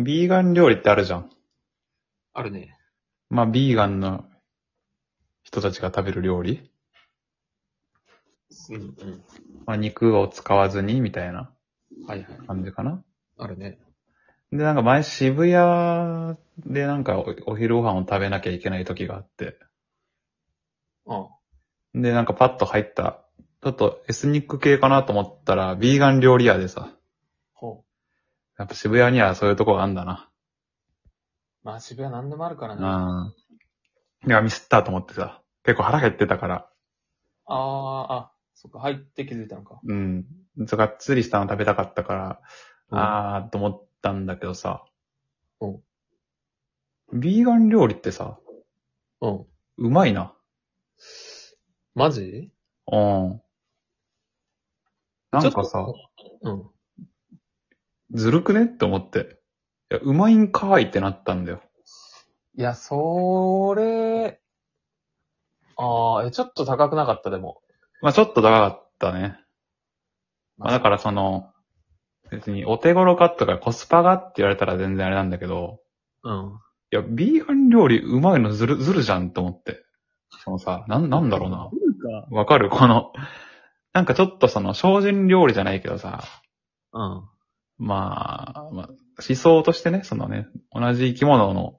ビーガン料理ってあるじゃん。あるね。まあ、ビーガンの人たちが食べる料理。うんうん。まあ、肉を使わずに、みたいなはいはい。感じかな。あるね。で、なんか前渋谷でなんかおお昼ご飯を食べなきゃいけない時があって。うん。で、なんかパッと入った、ちょっとエスニック系かなと思ったら、ビーガン料理屋でさ、ほやっぱ渋谷にはそういうとこがあんだな。う。まあ渋谷何でもあるからね。あうん。いや、ミスったと思ってさ、結構腹減ってたから、あー、あ、そっか、入って気づいたのか。うん。がっつりしたの食べたかったから、あーと思ったんだけどさ。うんビーガン料理ってさ、うん。うまいな。マジうん。なんかちさょっ、とうん。ずるくねって思って。いや、うまいんかーいってなったんだよ。いや、それ、ああ、え、ちょっと高くなかった、でも。。まあちょっと高かったね。まあだかららその、別にお手頃かとかコスパがって言われたら全然あれなんだけど、うん。いや、ビーガン料理うまいのずる、ずるじゃんって思って。そのさ、なん、なんだろうな。か。わかるこの、なんかちょっとその、精進料理じゃないけどさ、うん。まあ、まあ、思想としてね、そのね、同じ生き物の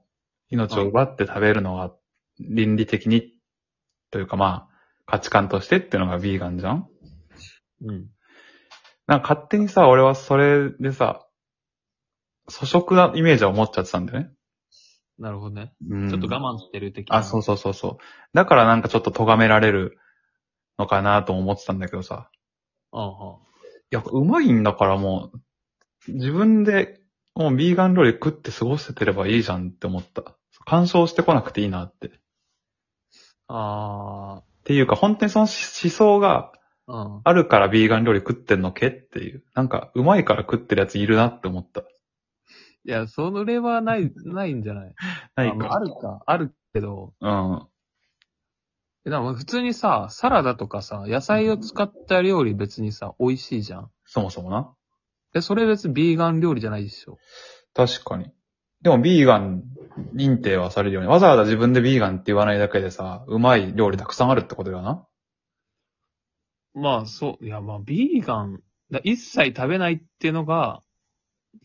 命を奪って食べるのが倫理的に、というかまあ、価値観としてっていうのがビーガンじゃんうん。なんか勝手にさ、俺はそれでさ、粗食なイメージは思っちゃってたんだよね。なるほどね。うんちょっと我慢してる的な。あ、そうそうそうそう。だからなんかちょっと咎められるのかなとも思ってたんだけどさ。うんうん。いや、うまいんだからもう、自分でもうビーガン料理食って過ごせてればいいじゃんって思った。干渉してこなくていいなって。っあていうか、本当にその思想があ、うん。あるからビーガン料理食ってんのけっていう。なんか、うまいから食ってるやついるなって思った。いや、それはない、ないんじゃないないああか。るか、あるけど、うん。えでも普通にさ、サラダとかさ、野菜を使った料理別にさ、美味しいじゃん。そもそもな。で、それ別にビーガン料理じゃないでしょ。確かに。でも、ビーガン認定はされるよね。わざわざ自分でビーガンって言わないだけでさ、うまい料理たくさんあるってことだよな。まあ、そう、いや、まあ、ビーガン、だ一切食べないっていうのが、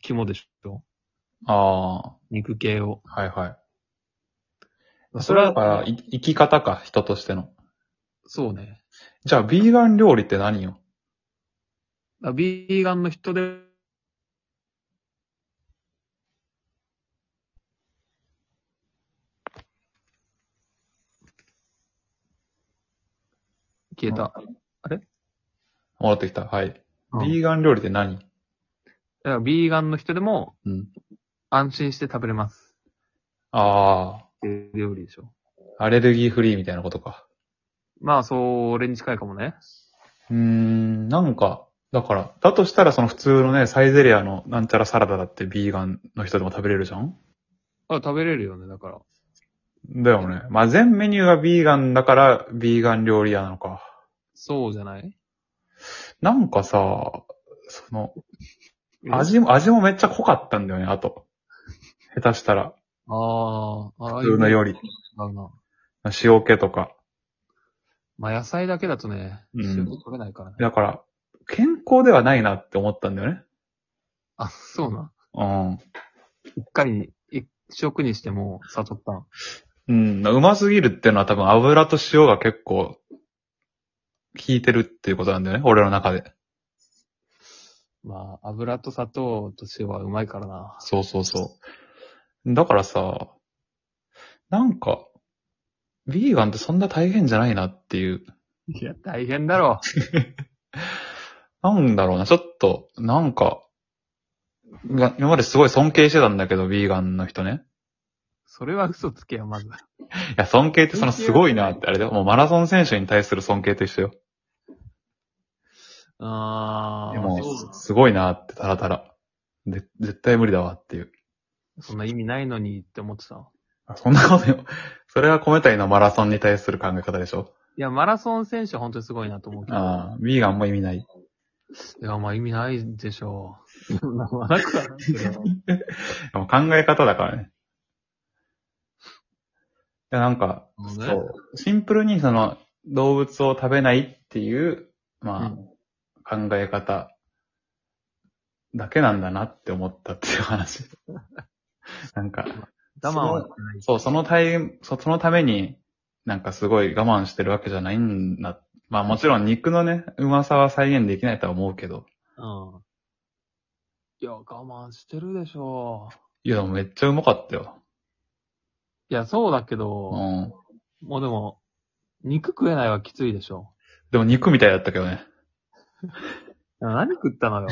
肝でしょあ肉系を。あ、はいはい。そそれれははだから、い生き方か、人としての。そうね。じゃあ、ビーガン料理って何よだビーガンの人で、消えた。戻ってきた。はい。うんビーガン料理って何だからビーガンの人でもうん。安心して食べれます。あっていう料理でしょ。あ、アレルギーフリーみたいなことか。まあ、それに近いかもね。うーん、なんか、だから、だとしたらその普通のね、サイゼリアのなんちゃらサラダだってビーガンの人でも食べれるじゃんあ食べれるよね、だから。だよね。まあ、全メニューがビーガンだから、ビーガン料理屋なのか。そうじゃないなんかさ、その、味も、味もめっちゃ濃かったんだよね、あと。下手したら、ああ、あ普通の料理。あるな。塩気とか。まあ野菜だけだとね、うん塩分取れないからね。だから、健康ではないなって思ったんだよね。あ、そうな。うん。一回に、一食にしても悟ったん。うん、うますぎるっていうのは多分油と塩が結構効いてるっていうことなんだよね、俺の中で。まあ、油と砂糖と塩はうまいからな。そうそうそう。だからさ、なんか、ビーガンってそんな大変じゃないなっていう。いや、大変だろ。なんだろうな、ちょっと、なんか、が今まですごい尊敬してたんだけど、ビーガンの人ね。それは嘘つけよ、まず。いや、尊敬ってそのすごいなって、あれだよ。もうマラソン選手に対する尊敬と一緒よ。あであ、もそう、すごいなって、たらたら。で、絶対無理だわっていう。そんな意味ないのにって思ってた。あそんなことよ。それは米谷のマラソンに対する考え方でしょいや、マラソン選手は本当にすごいなと思うけど。ああ、ビーガンも意味ない。いや、まあ意味ないでしょう。まあなくはないけどでも考え方だからね。いや、なんか、なるほどねそう。シンプルにその、動物を食べないっていう、まあ、考え方だけなんだなって思ったっていう話。 なんか、我慢はしてない。そう、そのタイそそのために、なんかすごい我慢してるわけじゃないんだ。まあもちろん肉のね、うまさは再現できないとは思うけど。うん。いや、我慢してるでしょいや、でもめっちゃうまかったよ。う。いや、そうだけうど、ん。もうでも、肉食えないはきついでしょでも肉みたいだったけどね。う。いや何食ったのよ。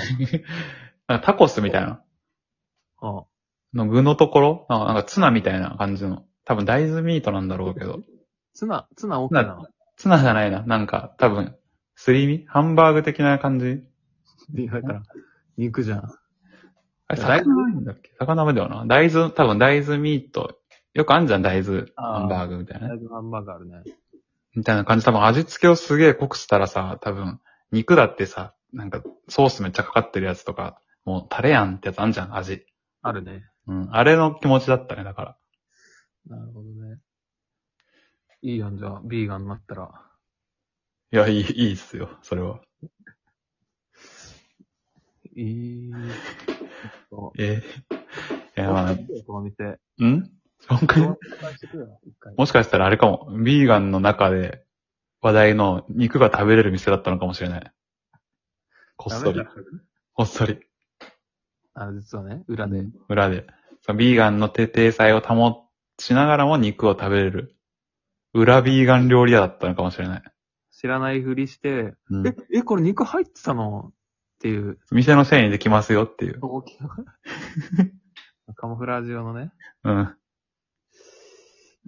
なんかタコスみたいな。うん。の具のところなんかなんかツナみたいな感じの。多分大豆ミートなんだろうけど。ツナ、ツナ OK なのツナじゃないな。なんか多分、すり身ハンバーグ的な感じいやだから、肉じゃん。あれ、大魚なんだっけ魚目だよな。大豆、多分大豆ミート。よくあんじゃん、大豆あーハンバーグみたいなラね。イブハンバーガーあるね。みたいな感じ。多分味付けをすげえ濃くしたらさ、多分、肉だってさ、なんかソースめっちゃかかってるやつとか、もうタレやんってやつあんじゃん、味。あるね。うん。あれの気持ちだったね、だから。なるほどね。いいやん、じゃあ、ビーガンになったら。いや、いい、いいっすよ、それは。い い。そええ。う。いや、まあ、この店。ん紹介紹介してくれよ一回もしかしたらあれかも。ビーガンの中で話題の肉が食べれる店だったのかもしれない。こっそダりメだ。こっそり。あの、実はね、裏で。裏で。そのビーガンの手体裁を保ちながらも肉を食べれる。裏ビーガン料理屋だったのかもしれない。知らないふりして、うんえ、え、これ肉入ってたのっ ていう。店のせいにできますよっていう。大きなカモフラージュ用のね。うん。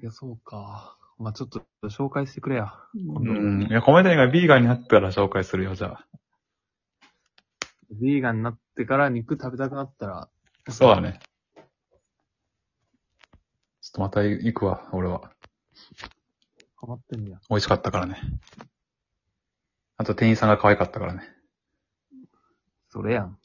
いや、そうか。まあ、ちょっと紹介してくれや。今度うん。いや、米谷がビーガンになったら紹介するよ、じゃあ。ビーガンになってから肉食べたくなったら、そうだね。ちょっとまた行くわ、俺は。ハマってんだよ。美味しかったからね。あと店員さんが可愛かったからね。それやん。